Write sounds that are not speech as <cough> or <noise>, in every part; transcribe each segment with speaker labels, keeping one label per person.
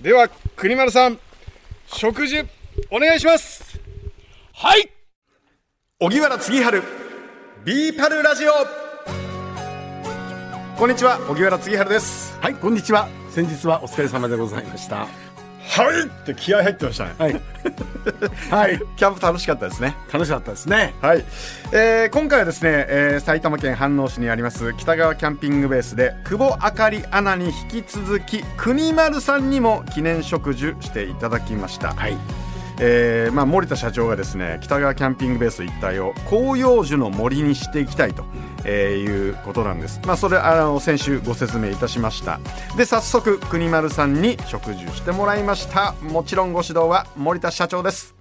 Speaker 1: では栗丸さん食事お願いします
Speaker 2: はい
Speaker 1: 荻原次春ビーパルラジオこんにちは荻原次春です
Speaker 2: はいこんにちは先日はお疲れ様でございました
Speaker 1: はいって気合入ってましたね
Speaker 3: <laughs>
Speaker 2: はいはい
Speaker 1: キャンプ楽しかったですね
Speaker 2: 楽しかったですね
Speaker 1: はい、えー今回はですね、えー埼玉県飯能市にあります北川キャンピングベースで久保あかりアナに引き続き国丸さんにも記念植樹していただきました、
Speaker 2: はい
Speaker 1: えーまあ、森田社長がですね北川キャンピングベース一帯を広葉樹の森にしていきたいと、えーいうことなんです、まあ、それあの先週ご説明いたしましたで早速国丸さんに植樹してもらいましたもちろんご指導は森田社長です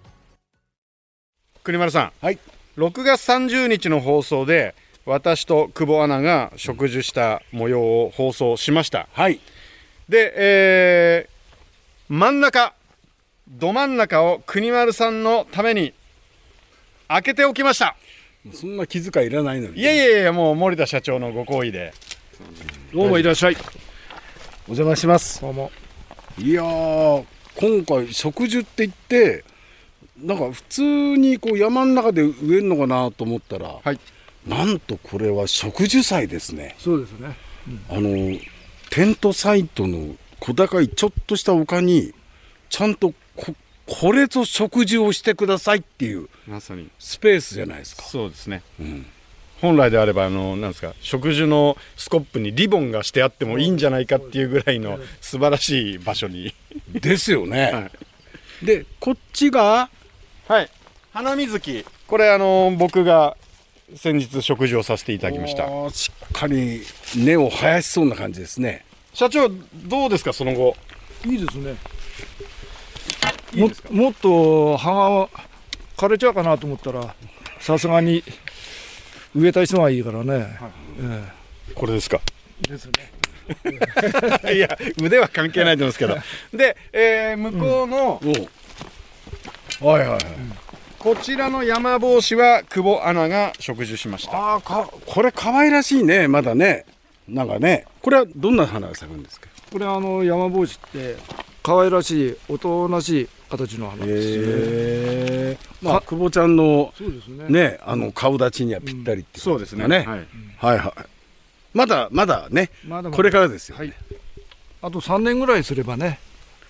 Speaker 1: 国丸さん
Speaker 2: はい
Speaker 1: 6月30日の放送で私と久保アナが植樹した模様を放送しました
Speaker 2: はい
Speaker 1: で、えー真ん中ど真ん中を国丸さんのために開けておきました
Speaker 2: そんな気遣いいらないのに
Speaker 1: いやいやいやもう森田社長のご好意で
Speaker 3: どうもいらっしゃい。お邪魔します。どうも。
Speaker 2: いやー今回植樹って言ってなんか普通にこう山の中で植えるのかなと思ったら、
Speaker 1: はい
Speaker 2: なんとこれは植樹祭ですね
Speaker 3: そうですね。
Speaker 2: あのテントサイトの小高いちょっとした丘にちゃんとここれぞ植樹をしてくださいっていう
Speaker 1: まさに
Speaker 2: スペースじゃないですか
Speaker 1: そうですね、本来であればあのなんですか植樹のスコップにリボンがしてあってもいいんじゃないかっていうぐらいの素晴らしい場所に
Speaker 2: ですよね、
Speaker 1: は
Speaker 2: でこっちが
Speaker 1: はい花水木これあの僕が先日食事をさせていただきました
Speaker 2: おーしっかり根を生やしそうな感じですね
Speaker 1: 社長どうですかその後
Speaker 3: いいですね。
Speaker 1: いいですか
Speaker 3: ももっと葉が枯れちゃうかなと思ったら、さすがに植えた人がいいからね。え
Speaker 1: これですか
Speaker 3: えです
Speaker 1: <laughs>
Speaker 3: ね。
Speaker 1: いや腕は関係ないと思うんですけどで、えー向こうの、
Speaker 2: おはいはいはい、
Speaker 1: こちらの山帽子は久保アナが植樹しました
Speaker 2: ああかこれ可愛らしいねまだねなんかねこれはどんな花が咲くんですか
Speaker 3: これあの山帽子って可愛らしいおとなしい形の花ですね。
Speaker 2: えまあ久保ちゃんの
Speaker 3: そうですね。
Speaker 2: ねあの顔立ちにはぴったりっていことね、
Speaker 1: はい、
Speaker 2: はいはいまだまだね
Speaker 3: まだまだ
Speaker 2: これからですよ、
Speaker 1: はい
Speaker 3: あと3年ぐらいすればね、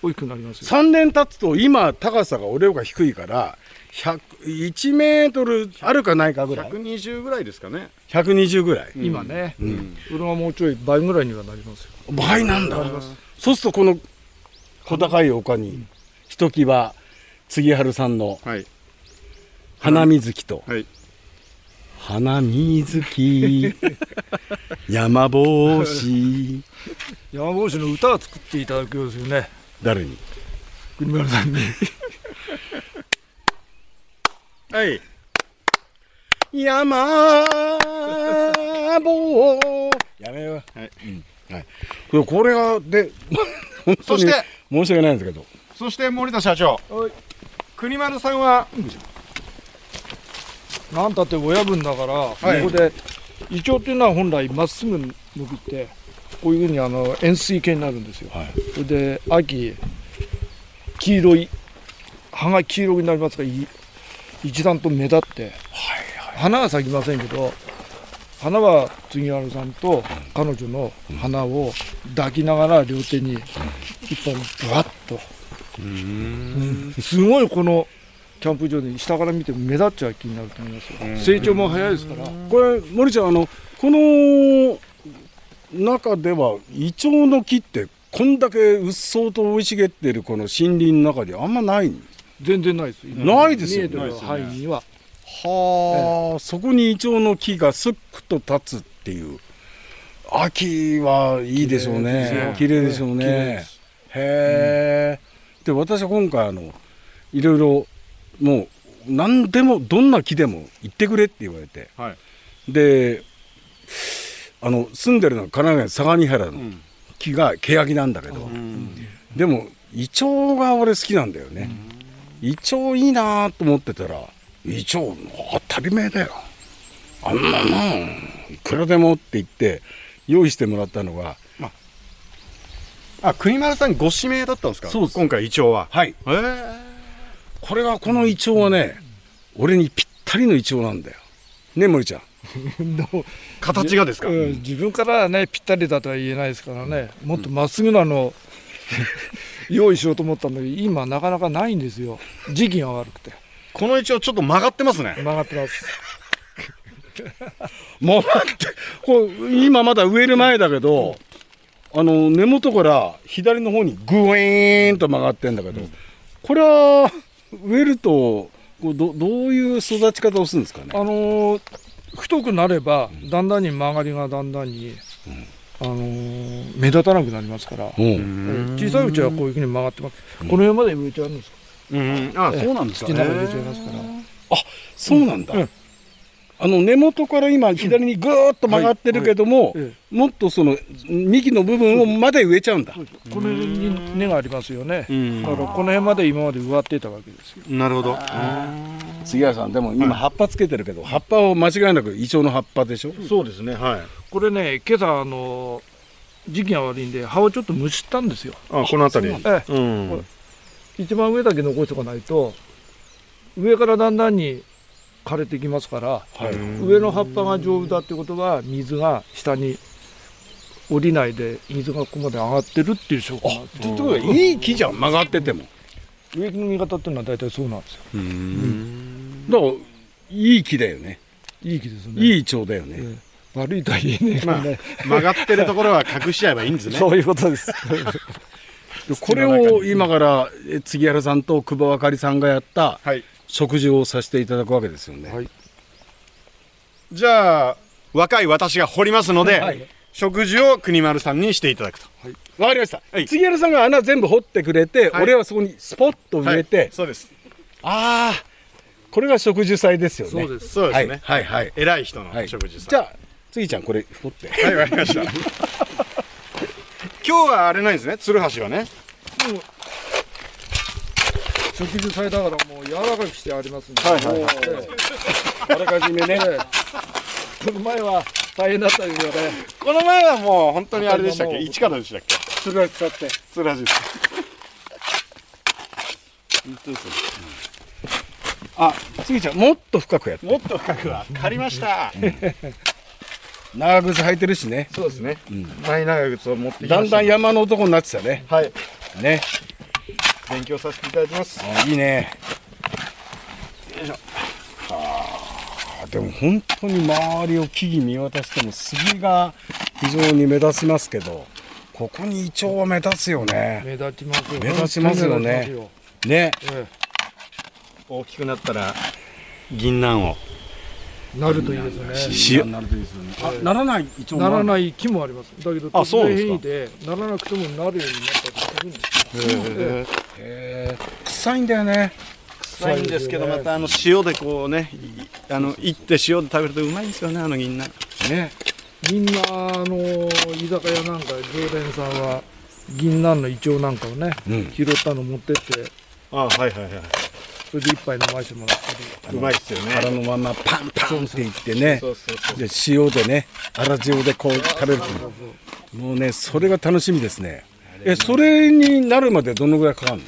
Speaker 3: 大きくなりますよ。
Speaker 2: 3年経つと今高さが俺よりが低いから100 1メートルあるかないかぐらい
Speaker 1: 120ぐらいですかね
Speaker 2: 120ぐらい、
Speaker 3: 今ね、これはもうちょい倍ぐらいにはなりますよ。
Speaker 2: 倍なんだそうするとこの小高い丘にひときわ杉春さんの
Speaker 1: はい
Speaker 2: 花水木と
Speaker 1: はい
Speaker 2: 花
Speaker 1: <laughs>
Speaker 2: 水木山帽子
Speaker 3: 山帽子の歌を作っていただくようですよね。
Speaker 2: 誰に
Speaker 3: 国村さんに。
Speaker 1: はい
Speaker 2: 山帽やめよう
Speaker 1: はい
Speaker 2: はいこれこれ
Speaker 1: <laughs>
Speaker 2: がで本当
Speaker 1: そ
Speaker 2: に
Speaker 1: して
Speaker 2: 申し訳ないんですけど
Speaker 1: そして森田社長国丸さんは
Speaker 3: なんたって親分だから、
Speaker 1: い
Speaker 3: ここでイチョウっていうのは本来まっすぐ伸びてこういうふうにあの円錐形になるんですよ、
Speaker 2: はい
Speaker 3: それで秋黄色い葉が黄色になりますからい一段と目立って花は咲きませんけど花は杉原さんと彼女の花を抱きながら両手に一本ぶわっとうんすごいこのキャンプ場で下から見ても目立っちゃう気になると思いますよ成長も早いですから
Speaker 2: これ森ちゃんあのこの中ではイチョウの木ってこんだけうっそうと生い茂ってるこの森林の中にあんまないんです
Speaker 3: 全然ないですよ今
Speaker 2: ないですよね
Speaker 3: 見えてる範囲には
Speaker 2: はあ、そこにイチョウの木がすっくと立つっていう秋はいいでしょうね綺麗でしょうね
Speaker 3: 綺麗です
Speaker 2: へえ、で私は今回あのいろいろもう何でもどんな木でも行ってくれって言われて
Speaker 1: はい
Speaker 2: であの住んでるのは神奈川県相模原の木がケヤキなんだけど、でもイチョウが俺好きなんだよね、イチョウいいなと思ってたらイチョウ当たり前だよあんなもんいくらでもって言って用意してもらったのが
Speaker 1: あ国丸さんご指名だったんですか
Speaker 2: そうです
Speaker 1: 今回イチョウは
Speaker 2: はい
Speaker 1: ええ
Speaker 2: これはこのイチョウはね、俺にぴったりのイチョウなんだよね森ちゃん
Speaker 1: 形がですか、
Speaker 3: うん自分からはねぴったりだとは言えないですからねもっとまっすぐなのを用意しようと思ったんだけど今なかなかないんですよ時期が悪くて
Speaker 1: このイチョウちょっと曲がってますね
Speaker 3: 曲がってます
Speaker 2: もう待ってこう今まだ植える前だけど、あの根元から左の方にグエーンと曲がってんだけど、これは植えるとこうどどういう育ち方をするんですかね
Speaker 3: あのー太くなればだんだんに曲がりがだんだんに、あのー目立たなくなりますから、
Speaker 2: うん
Speaker 3: え小さいうちはこういうふうに曲がってます、この辺まで植えちゃうんです
Speaker 1: うんあそうなんです
Speaker 3: 好
Speaker 1: か
Speaker 3: き
Speaker 1: ね
Speaker 3: なの植えちゃいますから、
Speaker 2: そうなんだ、
Speaker 3: うん
Speaker 2: あの根元から今左にぐーっと曲がってるけども、
Speaker 3: はいはいえ
Speaker 2: もっとその幹の部分をまで植えちゃうんだ、
Speaker 3: この辺に根がありますよね、
Speaker 1: うん
Speaker 3: だからこの辺まで今まで植わってたわけですよ
Speaker 1: なるほど
Speaker 2: 杉原さんでも今葉っぱつけてるけど、葉っぱを間違いなくイチョウの葉っぱでしょ、
Speaker 1: そうですねはい
Speaker 3: これね今朝あのー時期が悪いんで葉をちょっとむしったんですよ、
Speaker 1: あこの辺り
Speaker 3: え
Speaker 1: うん
Speaker 3: こえ一番上だけ残しておかないと上からだんだんに枯れてきますから、
Speaker 2: はい
Speaker 3: 上の葉っぱが丈夫だってことは水が下に降りないで水がここまで上がってるっていう証拠なんです
Speaker 2: ってことはいい木じゃん曲がってても
Speaker 3: 植木の見方っていうのは大体そうなんですよ
Speaker 2: だからいい木だよね
Speaker 3: いい木ですね
Speaker 2: いいイチョウだよね、
Speaker 3: ええ悪いとは言えねえけどね、
Speaker 1: 曲がってるところは隠しちゃえばいいんです <laughs> ね
Speaker 3: そういうことです
Speaker 2: でこれを今からえ杉原さんと久保あかりさんがやった
Speaker 1: はい
Speaker 2: 食事をさせていただくわけですよね、
Speaker 3: はい
Speaker 1: じゃあ若い私が掘りますので、
Speaker 2: はい
Speaker 1: 食事を国丸さんにしていただくと
Speaker 2: わかりました、
Speaker 1: はい
Speaker 2: 杉原さんが穴全部掘ってくれて、
Speaker 1: はい
Speaker 2: 俺はそこにスポッと植えて、
Speaker 1: はいそうです
Speaker 2: ああこれが植樹祭ですよね
Speaker 3: そうです
Speaker 1: そうですね、
Speaker 2: はいはい
Speaker 1: 偉い人の
Speaker 2: はい
Speaker 1: 食事さん、
Speaker 2: じゃあ次ちゃんこれ掘って
Speaker 1: はい、わかりました。 <laughs> 今日はあれないんですね、鶴橋はね。
Speaker 3: 食事祭だからもう柔らかくしてありますんで、
Speaker 2: あらかじめね
Speaker 3: ええこの前は大変だったですよね
Speaker 1: この前はもう本当にあれでしたっ
Speaker 3: あ
Speaker 1: け、
Speaker 3: もう
Speaker 1: 一からでしたっけ。
Speaker 3: それを使って
Speaker 1: 鶴橋です。本当ですね
Speaker 2: あ次ちゃんもっと深くやって
Speaker 1: もっと深くは借りました。
Speaker 2: 長靴履いてるしね
Speaker 1: そうですね。大長靴を持ってき
Speaker 2: だ
Speaker 1: ま
Speaker 2: ん
Speaker 1: し
Speaker 2: だ
Speaker 1: た
Speaker 2: ん
Speaker 1: ね。
Speaker 2: 山の男になってたね
Speaker 1: はい、
Speaker 2: ね
Speaker 1: 勉強させていただきます。
Speaker 2: あいいね
Speaker 1: よいしょ
Speaker 2: あでも本当に周りを木々見渡しても杉が非常に目立ちますけどここにイチョウは目立つよね
Speaker 3: 目立ちますよ
Speaker 2: 目立ちますよね
Speaker 3: 目立ちま
Speaker 2: ね
Speaker 3: すよえ
Speaker 1: 大きくなったら。銀杏を。
Speaker 3: えなるといいですね
Speaker 1: し
Speaker 2: なるといいですよねあならないイチョウも
Speaker 3: なら
Speaker 2: い
Speaker 3: ない木もあります。だけど、
Speaker 1: あそうなんですか
Speaker 3: 突然変異でならなくてもなるようになったりするんです。
Speaker 2: 臭いんだよね
Speaker 1: 臭いんですけど、またあの塩でこうね。いあの、いって塩で食べるとうまいんですよね、あの銀杏。
Speaker 2: ね
Speaker 3: みんなあの居酒屋なんか常連さんは銀杏のイチョウなんかをね、
Speaker 2: うん
Speaker 3: 拾ったの持ってって
Speaker 1: あ、はいはいはい。
Speaker 3: それで一杯飲ましてもらったり
Speaker 1: うまいですよ
Speaker 2: 腹
Speaker 1: ね。
Speaker 2: のままパンパンっていってね
Speaker 1: そうそうそう。
Speaker 2: で塩でね粗塩でこう食べるともうねそれが楽しみですねえそれになるまでどのぐらいかかる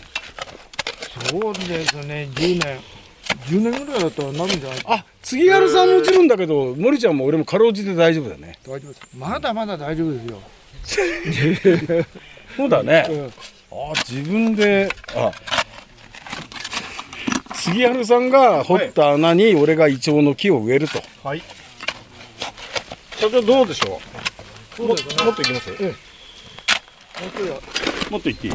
Speaker 2: の
Speaker 3: そうですね10年10年ぐらいだったらなるんじゃないか
Speaker 2: あ杉原さんもちろんだけど森ちゃんも俺もかろうじて大丈夫だね
Speaker 3: 大丈夫ですまだまだ大丈夫ですよ、
Speaker 2: そうだね、
Speaker 3: うん
Speaker 2: あ自分であ杉原さんが掘った穴に俺がイチョウの木を植えると、
Speaker 1: はい。社長どうでしょう。ももっといきます。
Speaker 3: 本当だ
Speaker 1: もっといっていい。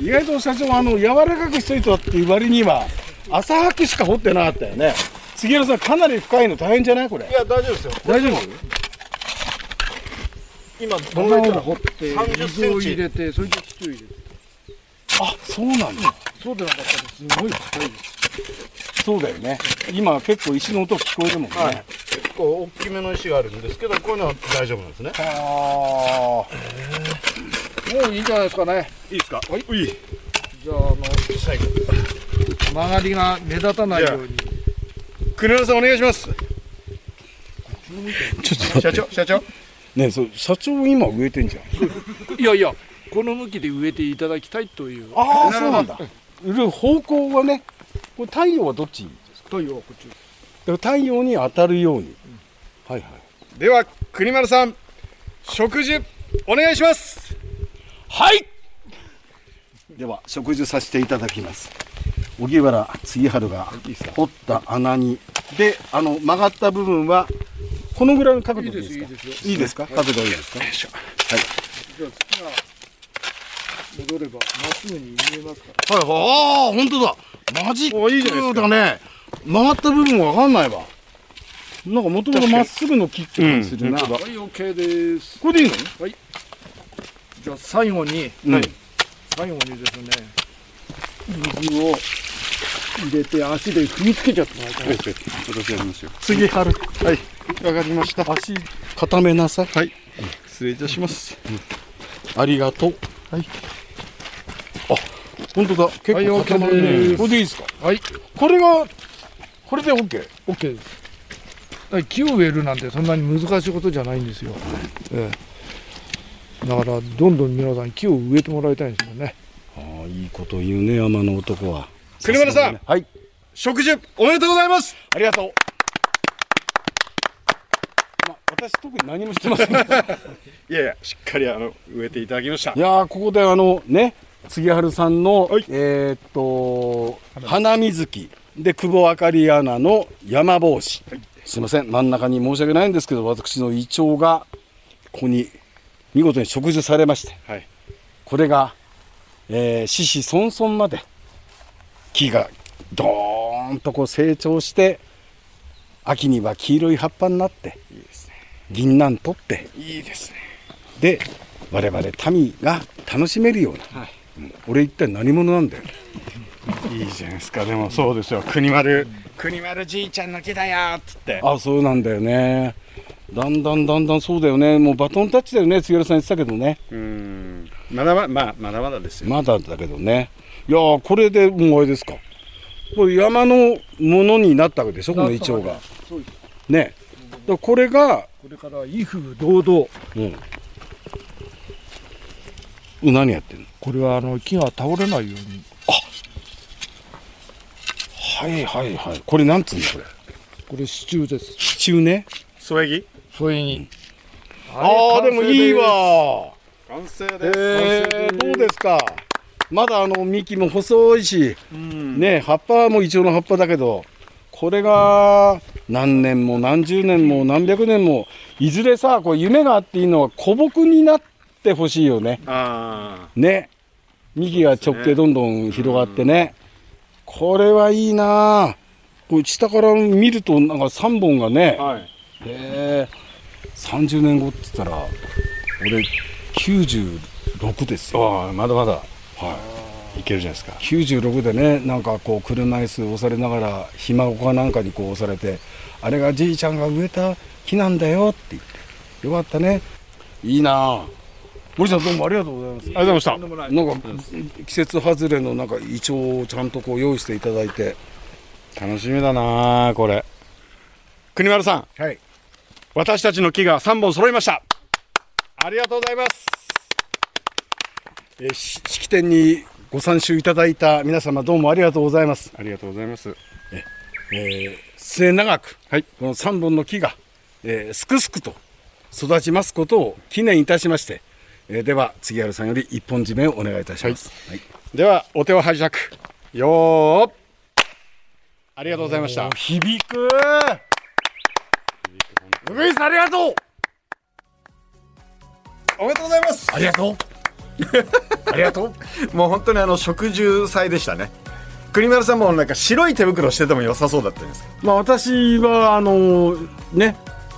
Speaker 2: 意外と社長はあの柔らかくしといたっていう割には浅はくしか掘ってなかったよね杉原さんかなり深いの大変じゃないこれ
Speaker 1: いや大丈夫ですよ。
Speaker 2: 大丈夫
Speaker 1: 今ど
Speaker 3: こ
Speaker 1: の
Speaker 3: の
Speaker 1: ぐらい
Speaker 3: 穴
Speaker 1: か
Speaker 3: を掘って
Speaker 1: 30
Speaker 3: 水を
Speaker 1: センチ
Speaker 3: 入れてそれで土を入れて
Speaker 2: あそうなんだ
Speaker 3: そうでなかったらすごい深いです
Speaker 2: そうだよね今結構石の音聞こえるもんね、
Speaker 1: はい結構大きめの石があるんですけどこういうのは大丈夫なんですね。
Speaker 2: あー
Speaker 3: もういいんじゃないですかね
Speaker 1: いいですか。はい。いい。
Speaker 3: じゃああの
Speaker 1: 最後。
Speaker 3: 曲がりが目立たないように
Speaker 1: 国枝さんお願いします。
Speaker 3: こ
Speaker 2: ちょっと待
Speaker 1: 社
Speaker 2: って。
Speaker 1: 長社長
Speaker 2: ねえそう社長今植えてんじゃん。
Speaker 4: いやいやこの向きで植えていただきたいという
Speaker 2: ああそうなんだ。売る方向はね、これ太陽はどっち？
Speaker 3: 太陽こっち
Speaker 2: だから太陽に当たるように。はいはい。
Speaker 1: では国丸さん食事お願いします
Speaker 2: はい。
Speaker 5: では植樹させていただきます荻原杉春が掘った穴にであの曲がった部分はこのぐらいの角度でいいですか
Speaker 3: ですよ
Speaker 5: いいですか角度いいですか
Speaker 3: 戻ればまっすぐに見えますから
Speaker 5: はいああ本当だマジ
Speaker 1: おいいじゃないで
Speaker 5: ッ
Speaker 1: す
Speaker 5: クだね曲がった部分わかんないわなんかもともとまっすぐの木って感じするな、こ
Speaker 4: はい OK です
Speaker 5: れでいいの
Speaker 3: じゃあ最後に
Speaker 5: うん、
Speaker 3: 最後にですね水を入れて足で踏みつけちゃってもらいたい
Speaker 5: 私やりますよ
Speaker 1: 次春はいわかりました
Speaker 5: 足固めなさい
Speaker 1: はい失礼いたします
Speaker 5: ありがとうはいあ本当だ結構固まるね、
Speaker 3: はい OK です
Speaker 5: これでいいですか
Speaker 3: はい
Speaker 5: これがこれで OK
Speaker 3: オッケーです。だから木を植えるなんてそんなに難しいことじゃないんですよ。ええ、だからどんどん皆さん木を植えてもらいたいんですよね。
Speaker 5: ああいいこと言うね山の男は
Speaker 1: 栗丸さん
Speaker 5: はい
Speaker 1: 食事おめでとうございます
Speaker 2: ありがとう。まあ私特に何もしてませんけど。
Speaker 1: いやいやしっかりあの植えていただきました
Speaker 2: いやーここであのね杉春さんの、
Speaker 1: はい
Speaker 2: えーっと花水木で久保あかりアナの山帽子、すいません真ん中に申し訳ないんですけど私の胃腸がここに見事に植樹されまして、
Speaker 1: はい
Speaker 2: これが、えー、子々孫々まで木がドーンとこう成長して秋には黄色い葉っぱになって銀杏取って
Speaker 1: いいですね
Speaker 2: で我々民が楽しめるような、うん俺一体何者なんだよ
Speaker 1: いいじゃないですかでもそうですよ国丸国丸じいちゃんの木だよーっつって
Speaker 2: あそうなんだよねだんだんだんだんそうだよねもうバトンタッチだよね杉原さん言ってたけどね
Speaker 1: うんまだままあまだまだですよ
Speaker 2: まだだけどねいやーこれでもうあれですかこれ山のものになったわけでしょこのイチョウが
Speaker 3: そうです。
Speaker 2: ねだからこれが、
Speaker 3: これから威風堂々。
Speaker 2: うん、うん何やってんの
Speaker 3: これはあの木が倒れないように。
Speaker 2: はいはいはいこれなんつうのこれ
Speaker 3: これ支柱です。
Speaker 2: 支柱ね
Speaker 1: 添え木
Speaker 3: それに。
Speaker 2: ああ
Speaker 3: れ
Speaker 2: でもいい。わ
Speaker 1: 完成です、
Speaker 2: えー、どうですかまだあの幹も細いし、ね葉っぱもイチョウの葉っぱだけどこれが何年も何十年も何百年もいずれさこう夢があっていいのは古木になってほしいよね
Speaker 1: あ
Speaker 2: ね幹が直
Speaker 1: そうですね
Speaker 2: 径どんどん広がってねこれはいいなあこれ下から見るとなんか3本がね、
Speaker 1: あはい
Speaker 2: えー、30年後って言ったら俺96ですよ
Speaker 1: ああまだまだ
Speaker 2: はい
Speaker 1: けるじゃないですか
Speaker 2: 96でねなんかこう車椅子押されながらひ孫かなんかにこう押されて「あれがじいちゃんが植えた木なんだよ」って言って「よかったねいいなあ森さんどうもありがとうございます
Speaker 1: ありがとうございました
Speaker 2: なんか季節外れのなんかイチョウをちゃんとこう用意していただいて
Speaker 1: 楽しみだなあこれ国丸さん
Speaker 2: はい
Speaker 1: 私たちの木が3本揃いましたありがとうございます
Speaker 2: えーし式典にご参集いただいた皆様どうもありがとうございます、
Speaker 1: ありがとうございます
Speaker 2: えー、末永く
Speaker 1: はい
Speaker 2: この3本の木が、えーすくすくと育ちますことを記念いたしまして、えーでは杉原さんより一本締めをお願いいたします、はい
Speaker 1: ではお手を拝借よーっありがとうございました
Speaker 2: 響くウグイさんありがとう
Speaker 1: おめでとうございます
Speaker 2: ありがと
Speaker 1: <laughs>
Speaker 2: うありがとう
Speaker 1: もう本当にあの食獣祭でしたね国丸さんもなんか白い手袋してても良さそうだったんです
Speaker 2: まあ私はあのね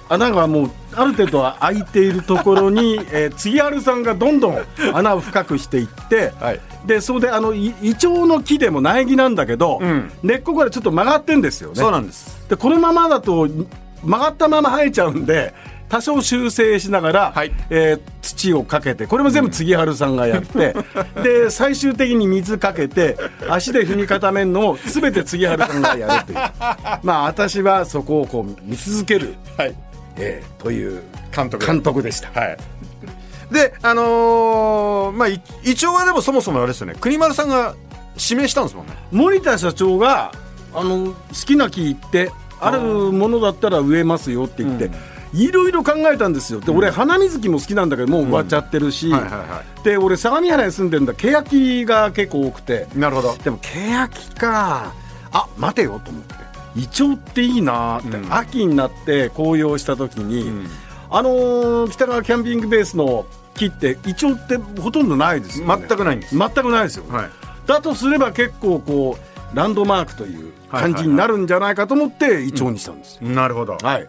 Speaker 2: 穴がもうある程度は開いているところに、 <laughs> えー、杉原さんがどんどん穴を深くしていって、
Speaker 1: はい
Speaker 2: でそれであのいイチョウの木でも苗木なんだけど、
Speaker 1: ん
Speaker 2: 根っこからちょっと曲がってんですよね。
Speaker 1: そうなんです
Speaker 2: でこのままだと曲がったまま生えちゃうんで多少修正しながら、
Speaker 1: はい
Speaker 2: えー土をかけてこれも全部杉原さんが
Speaker 1: <laughs>
Speaker 2: やって、で最終的に水かけて足で踏み固めるのを
Speaker 1: <laughs>
Speaker 2: 全て杉原さんがやるというまあ私はそこをこう見続ける、
Speaker 1: はい
Speaker 2: ええという
Speaker 1: 監督
Speaker 2: 監督でした。
Speaker 1: はいであのーまあい一応はでもそもそもあれですよね国丸さんが指名したんですもんね
Speaker 2: 森田社長があの好きな木行ってあるものだったら植えますよって言って、いろいろ考えたんですよで俺花水木も好きなんだけどもう終わっちゃってるし、
Speaker 1: はいはいは
Speaker 2: で俺相模原に住んでるんだケヤキが結構多くて
Speaker 1: いなるほど
Speaker 2: でもケヤキかあ待てよと思ってイチョウっていいなって、
Speaker 1: うん
Speaker 2: 秋になって紅葉した時に、
Speaker 1: ん
Speaker 2: あのー北川キャンピングベースの木ってイチョウってほとんどないですよ、ね、
Speaker 1: 全くないんです
Speaker 2: 全くないですよ、
Speaker 1: はい
Speaker 2: だとすれば結構こうランドマークという感じになるんじゃないかと思ってイチョウにしたんですよ。
Speaker 1: なるほど
Speaker 2: はい、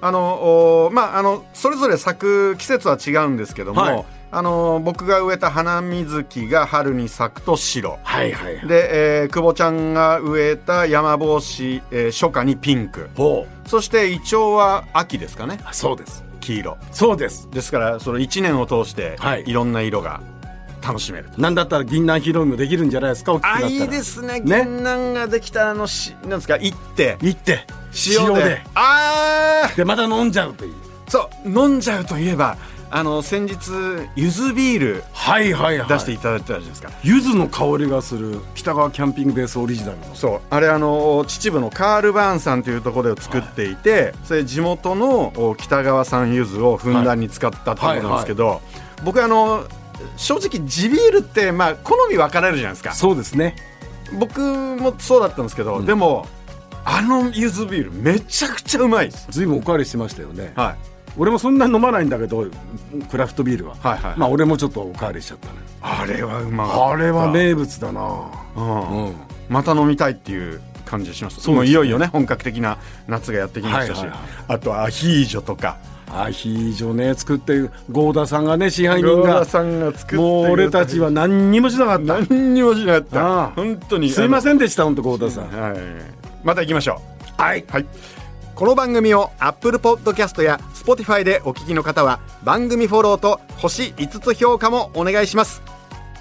Speaker 1: あのおーまああのそれぞれ咲く季節は違うんですけども、
Speaker 2: はい
Speaker 1: あの僕が植えた花水木が春に咲くと白
Speaker 2: はい、はいはい。
Speaker 1: で、えー久保ちゃんが植えた山帽子、えー初夏にピンク
Speaker 2: ほ
Speaker 1: そしてイチョウは秋ですかね
Speaker 2: う、そうです。
Speaker 1: 黄色
Speaker 2: そうです。
Speaker 1: ですからその1年を通して
Speaker 2: はい
Speaker 1: いろんな色が楽しめると、
Speaker 2: なんだったら銀杏披露もできるんじゃないですか。大きくなったら。
Speaker 1: すね
Speaker 2: ね
Speaker 1: 杏ができたあのしなんですかいって
Speaker 2: 行って
Speaker 1: 塩であ
Speaker 2: でまた飲んじゃうという。
Speaker 1: ーそう飲んじゃうといえばあの先日ゆずビール
Speaker 2: はいはいはい。
Speaker 1: 出していただいてたじゃないですか、
Speaker 2: 柚子の香りがする北川キャンピングベースオリジナルの。
Speaker 1: そうあれあの秩父のカール・バーンさんというところで作っていて、それ地元のお北川産柚子をふんだんに使ったってことなんですけど、僕あの正直地ビールってまあ好み分かれるじゃないですか
Speaker 2: そうですね。
Speaker 1: 僕もそうだったんですけど、でもあの柚子ビールめちゃくちゃうまいです、
Speaker 2: ずいぶんおかわりしてましたよね。
Speaker 1: はい、
Speaker 2: 俺もそんなに飲まないんだけどクラフトビールは。
Speaker 1: はいはい
Speaker 2: まあ俺もちょっとおかわりしちゃったね。
Speaker 1: あれはうまかった
Speaker 2: あれは、名物だな。
Speaker 1: うん
Speaker 2: うん。
Speaker 1: また飲みたいっていう感じします
Speaker 2: そうですね
Speaker 1: もういよいよね本格的な夏がやってきましたし、
Speaker 2: はいはいはい
Speaker 1: あとアヒージョとか
Speaker 2: アヒージョね作ってゴーダさんがね支配人
Speaker 1: 黒
Speaker 2: が
Speaker 1: 田さんが作って
Speaker 2: もう俺たちは何にもしなかった
Speaker 1: 何にもしなかった
Speaker 2: ああ
Speaker 1: 本当に
Speaker 2: すいま
Speaker 1: ん
Speaker 2: せんでした本当ゴーダさん
Speaker 1: はい、また行きましょうはい、はい、この番組を Apple Podcast や Spotify でお聞きの方は番組フォローと星5つ評価もお願いします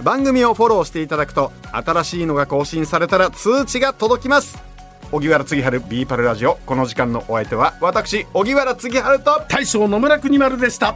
Speaker 1: 番組をフォローしていただくと新しいのが更新されたら通知が届きます荻原次春ビーパルラジオこの時間のお相手は私荻原次春と
Speaker 2: 大将野村国丸でした